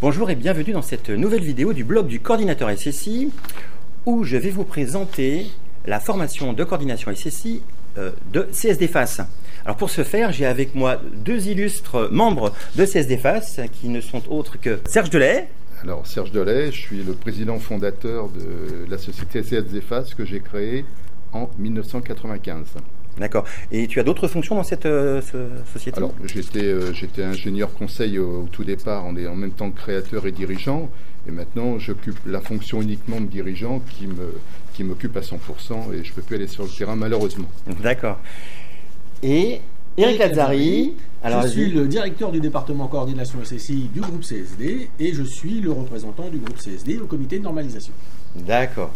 Bonjour et bienvenue dans cette nouvelle vidéo du blog du coordinateur SSI où je vais vous présenter la formation de coordination SSI euh, de CSDFAS. Alors pour ce faire, j'ai avec moi deux illustres membres de CSDFAS qui ne sont autres que Serge Delay. Alors Serge Delay, je suis le président fondateur de la société CSDFAS que j'ai créée en 1995. D'accord. Et tu as d'autres fonctions dans cette euh, ce- société Alors, j'étais euh, j'étais ingénieur conseil au, au tout départ, on est en même temps créateur et dirigeant, et maintenant j'occupe la fonction uniquement de dirigeant qui me qui m'occupe à 100% et je peux plus aller sur le terrain malheureusement. D'accord. Et Eric Lazzari. je vas-y. suis le directeur du département coordination SSI du groupe CSD et je suis le représentant du groupe CSD au comité de normalisation. D'accord.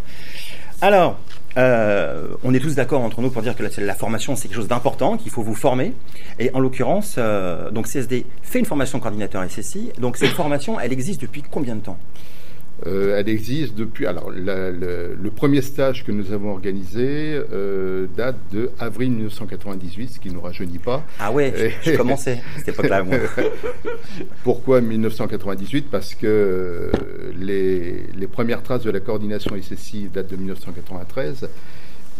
Alors, euh, on est tous d'accord entre nous pour dire que la, la formation, c'est quelque chose d'important, qu'il faut vous former. Et en l'occurrence, euh, donc CSD fait une formation coordinateur SSI. Donc cette formation, elle existe depuis combien de temps Euh, elle existe depuis. Alors, la- le, le premier stage que nous avons organisé euh, date de avril 1998, ce qui ne nous rajeunit pas. Ah ouais, je, je commençais à cette époque-là. moi. Pourquoi 1998 Parce que euh, les, les premières traces de la coordination SSI datent de 1993,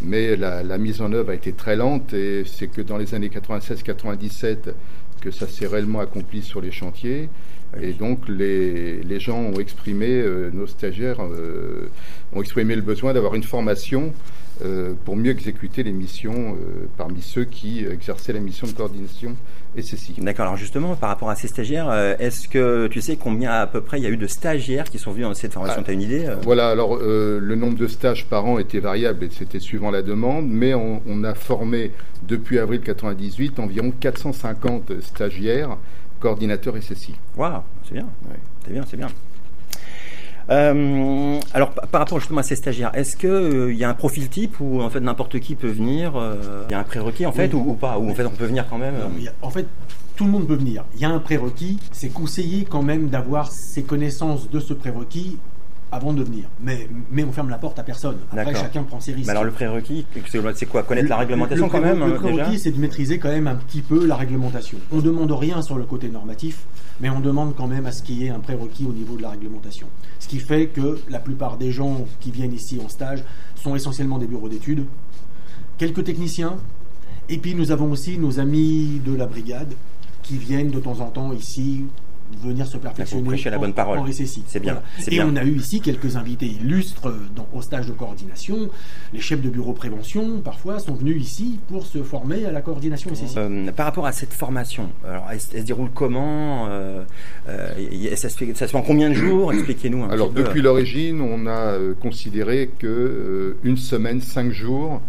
mais la, la mise en œuvre a été très lente et c'est que dans les années 96-97 que ça s'est réellement accompli sur les chantiers. Et donc les, les gens ont exprimé, euh, nos stagiaires euh, ont exprimé le besoin d'avoir une formation euh, pour mieux exécuter les missions euh, parmi ceux qui exerçaient la mission de coordination SSI. D'accord. Alors justement, par rapport à ces stagiaires, euh, est-ce que tu sais combien à peu près il y a eu de stagiaires qui sont venus dans cette formation Ah. T'as une idée euh Voilà, alors euh, le nombre de stages par an était variable et c'était suivant la demande, mais on, on a formé depuis avril 98 environ 450 stagiaires, coordinateurs SSI. Waouh, c'est bien. Ouais. C'est bien, c'est bien. Euh, alors, pa- par rapport justement à ces stagiaires, est-ce qu'il y a un profil type où en fait n'importe qui peut venir euh, Il y a un prérequis en fait Oui. ou, ou pas Ou en fait on peut venir quand même euh, Non, mais il y a- en fait, tout le monde peut venir. Il y a un prérequis. C'est conseillé quand même d'avoir ses connaissances de ce prérequis avant de venir. Mais, mais on ferme la porte à personne. Après, D'accord. chacun prend ses risques. Mais alors le prérequis, c'est c'est quoi Connaître la Le- réglementation le quand pré- même Le euh, déjà prérequis, c'est de maîtriser quand même un petit peu la réglementation. On demande rien sur le côté normatif, mais on demande quand même à ce qu'il y ait un prérequis au niveau de la réglementation. Ce qui fait que la plupart des gens qui viennent ici en stage sont essentiellement des bureaux d'études, quelques techniciens, et puis nous avons aussi nos amis de la brigade qui viennent de temps en temps ici venir se perfectionner prêchez la en- bonne parole. en SSI. C'est bien, c'est Et bien. on a eu ici quelques invités illustres euh, dans, au stage de coordination. Les chefs de bureau prévention, parfois, sont venus ici pour se former à la coordination SSI. Euh, par rapport à cette formation, alors elle, se- elle se déroule comment euh, euh, y- y- ça, se fait, ça se fait en combien de jours Expliquez-nous un Alors petit peu. depuis l'origine, on a euh, considéré que euh, une semaine, cinq jours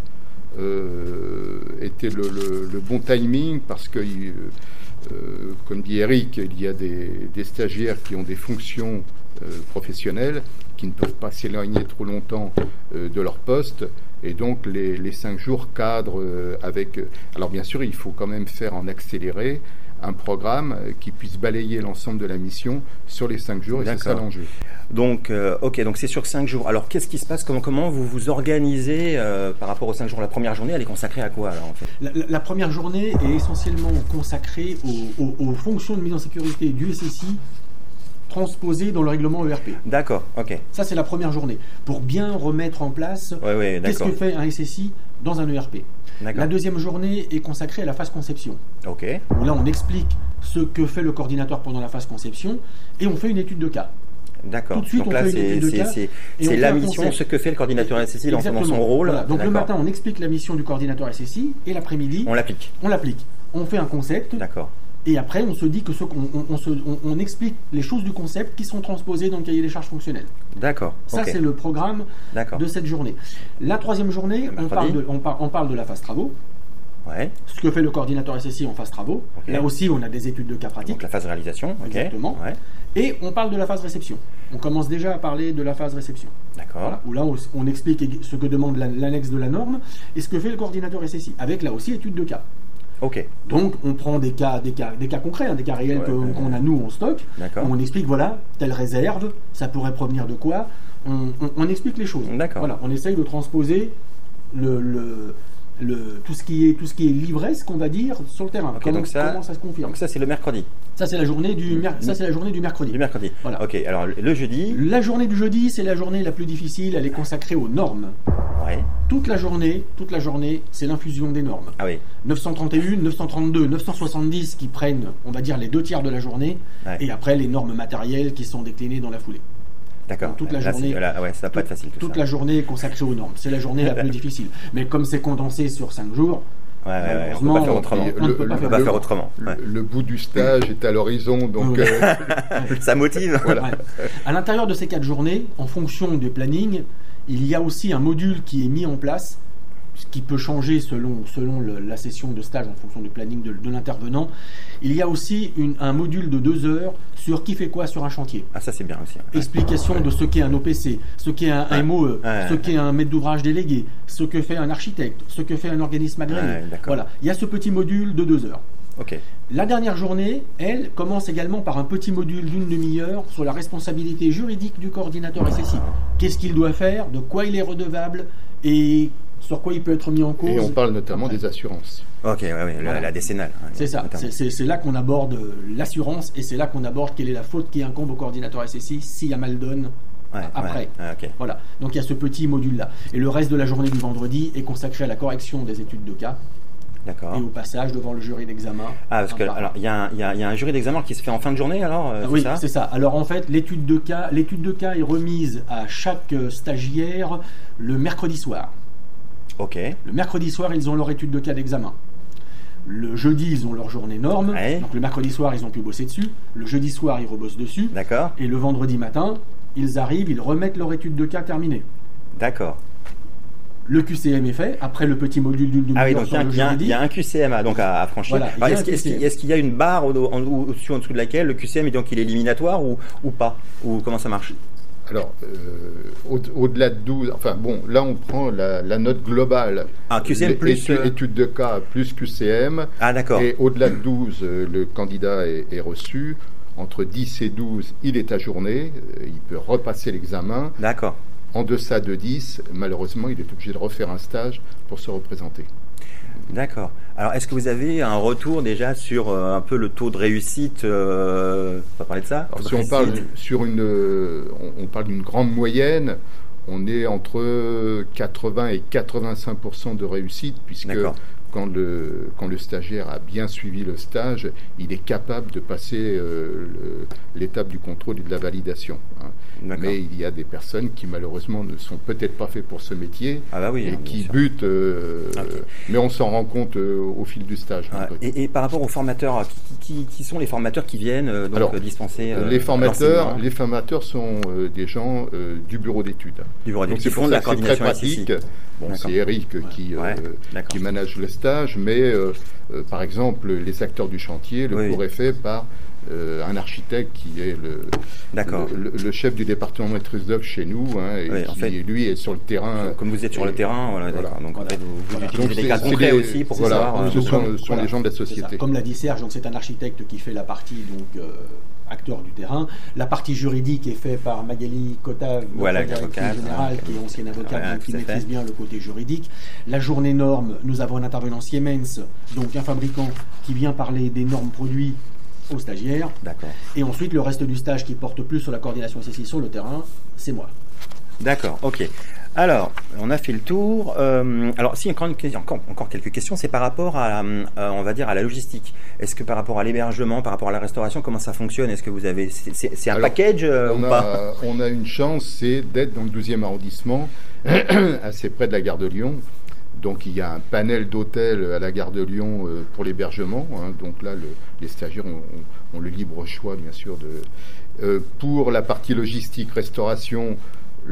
euh, était le, le- le bon timing parce que, il- euh, comme dit Eric, il y a des, des stagiaires qui ont des fonctions euh, professionnelles qui ne peuvent pas s'éloigner trop longtemps euh, de leur poste. Et donc les, les cinq jours cadrent euh, avec... Alors bien sûr, il faut quand même faire en accéléré un programme euh, qui puisse balayer l'ensemble de la mission sur les cinq jours. Et c'est ça D'accord. l'enjeu. Donc, euh, ok, donc c'est sur 5 jours. Alors, qu'est-ce qui se passe Comment, comment vous vous organisez euh, par rapport aux 5 jours La première journée, elle est consacrée à quoi alors en fait La, la- la première journée est essentiellement consacrée aux, aux- aux fonctions de mise en sécurité du SSI transposées dans le règlement ERP. D'accord, ok. Ça, c'est la première journée. Pour bien remettre en place Oui, oui, qu'est-ce d'accord. que fait un SSI dans un ERP. La D'accord. deuxième journée est consacrée à la phase conception. Ok, où là on explique ce que fait le coordinateur pendant la phase conception et on fait une étude de cas. d'accord. Tout de suite, Donc on là, fait une c'est- étude de c'est- cas c'est- et on c'est fait la un mission, conseil. ce que fait le coordinateur SSI dans son- dans son rôle. Voilà. Donc le D'accord. matin on explique la mission du coordinateur SSI et l'après-midi On l'applique. on l'applique. On fait un concept D'accord. et après on se dit que ce qu'on on, on se- on- on explique les choses du concept qui sont transposées dans le cahier des charges fonctionnelles. D'accord. Ça Ok. c'est le programme D'accord. de cette journée. La troisième journée, on mercredi. parle, de, on, par- on parle de la phase travaux, Ouais. ce que fait le coordinateur SSI en phase travaux. Ok. Là aussi on a des études de cas pratiques. Donc la phase de réalisation. Ok. Exactement. Ouais. Et on parle de la phase réception. On commence déjà à parler de la phase réception. D'accord. Voilà, où là, on, on explique ce que demande la- l'annexe de la norme et ce que fait le coordinateur SSI, avec là aussi étude de cas. Ok. Donc, on prend des cas, des cas, des cas concrets, hein, des cas réels Ouais, que- ouais, qu'on ouais. a nous en stock. D'accord. où On explique, voilà, telle réserve, ça pourrait provenir de quoi. On, on- on explique les choses. D'accord. Voilà, on essaye de transposer le, le- le, tout, ce qui est, tout ce qui est livresque, on va dire, sur le terrain. Ok, comment, donc ça- comment ça se confirme Donc ça, Mm. c'est le mercredi. Ça, c'est la, journée du mer- ça, c'est la journée du mercredi. Le mercredi. Voilà. Ok, alors le jeudi. La journée du jeudi, c'est la journée la plus difficile, elle est consacrée aux normes. Ouais. Toute la journée, toute la journée, c'est l'infusion des normes. Ah oui. 931, 932, 970 qui prennent, on va dire, les deux tiers de la journée, Ouais. et après les normes matérielles qui sont déclinées dans la foulée. D'accord. Donc, toute la Là, c'est- journée- là, ouais, ça va pas être facile tout Toute ça. la journée est consacrée aux normes. C'est la journée la plus difficile. Mais comme c'est condensé sur 5 jours, Ouais, ouais, ouais, on peut Heureusement, pas faire autrement. on- On on ne peut pas peut faire pas le- faire autrement. Le, ouais. le bout du stage est à l'horizon, donc Oui. euh, Ça motive. Ouais. À l'intérieur de ces quatre journées, en fonction des plannings, il y a aussi un module qui est mis en place, ce qui peut changer selon, selon le- la session de stage, en fonction du planning de, de l'intervenant. Il y a aussi une- un module de deux heures sur qui fait quoi sur un chantier. Ah ça c'est bien aussi. ouais. Explication de ce qu'est un OPC, ce qu'est un Ouais. MOE, Ouais. ce qu'est un maître d'ouvrage délégué, ce que fait un architecte, ce que fait un organisme agréé. Ouais, d'accord. voilà, il y a ce petit module de deux heures. Ok. La dernière journée, elle, commence également par un petit module d'une demi-heure sur la responsabilité juridique du Ah. coordinateur SSI. Qu'est-ce qu'il doit faire, de quoi il est redevable et sur quoi il peut être mis en cause. et on parle notamment Après. des assurances. Ok. ouais, ouais, la- Voilà. La décennale. hein, ouais, C'est ça, notamment. c'est- c'est c'est là qu'on aborde euh, l'assurance et c'est là qu'on aborde quelle est la faute qui incombe au coordinateur SSI s'il y a mal donne. Ouais, ouais, après. ouais, ok. Voilà, donc il y a ce petit module-là. Et le reste de la journée du vendredi est consacré à la correction des études de cas D'accord. et au passage devant le jury d'examen. Ah parce que Enfin, Ah alors il y, a un- il y a il y a un jury d'examen qui se fait en fin de journée alors. euh, Oui, c'est ça c'est ça. Alors en fait, l'étude de cas, l'étude de cas est remise à chaque euh, stagiaire le mercredi soir. Ok. Le mercredi soir, ils ont leur étude de cas d'examen. Le jeudi, ils ont leur journée norme. Ouais. Donc le mercredi soir, ils ont pu bosser dessus. Le jeudi soir, ils rebossent dessus. D'accord. Et le vendredi matin, ils arrivent, ils remettent leur étude de cas terminée. D'accord. Le QCM est fait. Après le petit module d'une Ah oui, demi-heure donc il y sur a- le il y, a un- il jeudi. y a un QCMA donc à, à franchir. Voilà, il y Alors, a Est-ce un qu'il est-ce qu'il- QCM. est-ce qu'il y a une barre au- en- au- au-dessus, en dessous de laquelle le QCM est donc il est éliminatoire ou, ou pas Ou comment ça marche Alors, euh, au- au-delà de 12, enfin bon, là on prend la, la note globale. Ah, QCM Les- plus, étu- euh, Étude de cas plus QCM. Ah d'accord. Et au-delà de 12, euh, le candidat est, est reçu. Entre 10 et 12, il est ajourné. euh, Il peut repasser l'examen. D'accord. En deçà de 10, malheureusement, il est obligé de refaire un stage pour se représenter. D'accord. Alors, est-ce que vous avez un retour déjà sur euh, un peu le taux de réussite euh, On va parler de ça Alors, Taux si de on parle réussite. sur une, euh, on, on parle d'une grande moyenne, on est entre 80 et 85 de réussite, puisque D'accord. quand le, quand le stagiaire a bien suivi le stage, il est capable de passer euh, le- l'étape du contrôle et de la validation. hein. D'accord. Mais il y a des personnes qui malheureusement ne sont peut-être pas faites pour ce métier Ah bah oui. et hein, bien qui sûr. Ah, butent, euh, Ok. mais on s'en rend compte euh, au fil du stage. hein, Ouais. peut-être. Et, et par rapport aux formateurs, euh, qui, qui- qui- qui sont les formateurs qui viennent euh, donc Alors, euh, dispenser euh, les formateurs, l'enseignement les formateurs sont euh, des gens euh, du bureau d'études. du bureau d'études, Donc qui c'est font pour de la ça que c'est très coordination SSI. pratique. Bon, D'accord. c'est Eric euh, Ouais. qui, euh, Ouais, d'accord. qui manage le stage, mais euh, euh, par exemple, les acteurs du chantier, le Oui. cours est fait par euh, un architecte qui est le, D'accord. le, le- le chef du département maîtrise d'œuvre chez nous, hein, et Oui, en qui, fait, lui, est sur le terrain. Comme vous êtes sur le Euh, Et- terrain, voilà. voilà. d'accord. Donc, en Voilà. fait, vous, vous Voilà. utilisez Donc, des c'est- cas c'est concrets des- aussi pour voilà, savoir. euh, ce donc, sont, ce sont Voilà. les gens de la C'est ça. société. Comme l'a dit Serge, donc c'est un architecte qui fait la partie donc euh, acteur du terrain. La partie juridique est faite par Magali Cotave, notre Voilà, directrice avocate, générale, hein. qui est ancienne avocate, Voilà, donc qui tout à fait. maîtrise bien le côté juridique. La journée norme, nous avons un intervenant Siemens, donc un fabricant qui vient parler des normes produits aux stagiaires. D'accord. Et ensuite, le reste du stage qui porte plus sur la coordination SSI sur le terrain, c'est moi. D'accord, ok. Alors, on a fait le tour. Euh, alors, si encore, une question- encore, encore quelques questions, c'est par rapport à, euh, euh, on va dire, à la logistique. Est-ce que par rapport à l'hébergement, par rapport à la restauration, comment ça fonctionne Est-ce que vous avez, c'est- c'est c'est un Alors, package euh, on, ou pas a, on a une chance, c'est d'être dans le 12e arrondissement, assez près de la gare de Lyon. Donc il y a un panel d'hôtels à la gare de Lyon euh, pour l'hébergement. hein. Donc là, le- les stagiaires ont, ont- ont le libre choix, bien sûr. De, Euh, pour la partie logistique, restauration,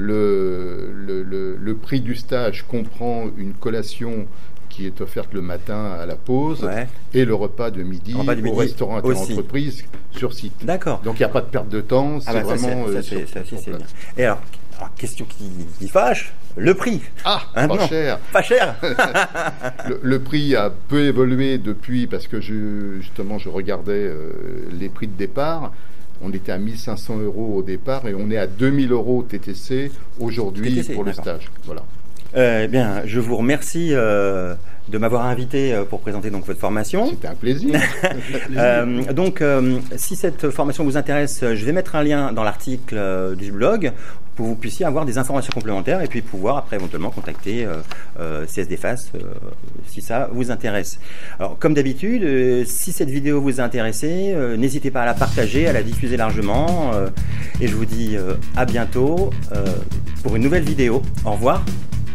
le, le- le- le prix du stage comprend une collation qui est offerte le matin à la pause Ouais. et le repas de midi Le repas du au midi restaurant aussi. entreprise sur site. D'accord. Donc il n'y a pas de perte de temps, c'est Ah bah ça, c'est vraiment. euh, ça, sur- c'est- ça, sur c'est- c'est place. bien. Et alors, alors, question qui, qui fâche, le prix. Ah, Hein, pas non. cher. Pas cher Le, le prix a peu évolué depuis parce que je, justement je regardais euh, les prix de départ. On était à 1500 euros au départ et on est à 2000 euros TTC aujourd'hui TTC, pour le d'accord. stage. Voilà. Euh, Eh bien, je vous remercie, euh, de m'avoir invité euh, pour présenter donc votre formation. C'était un plaisir. Euh, donc, euh, si cette formation vous intéresse, je vais mettre un lien dans l'article euh, du blog pour que vous puissiez avoir des informations complémentaires et puis pouvoir après éventuellement contacter euh, euh, CSDFAS euh, si ça vous intéresse. Alors, comme d'habitude, euh, si cette vidéo vous a intéressé, euh, n'hésitez pas à la partager, à la diffuser largement. euh, et je vous dis euh, à bientôt euh, pour une nouvelle vidéo. Au revoir.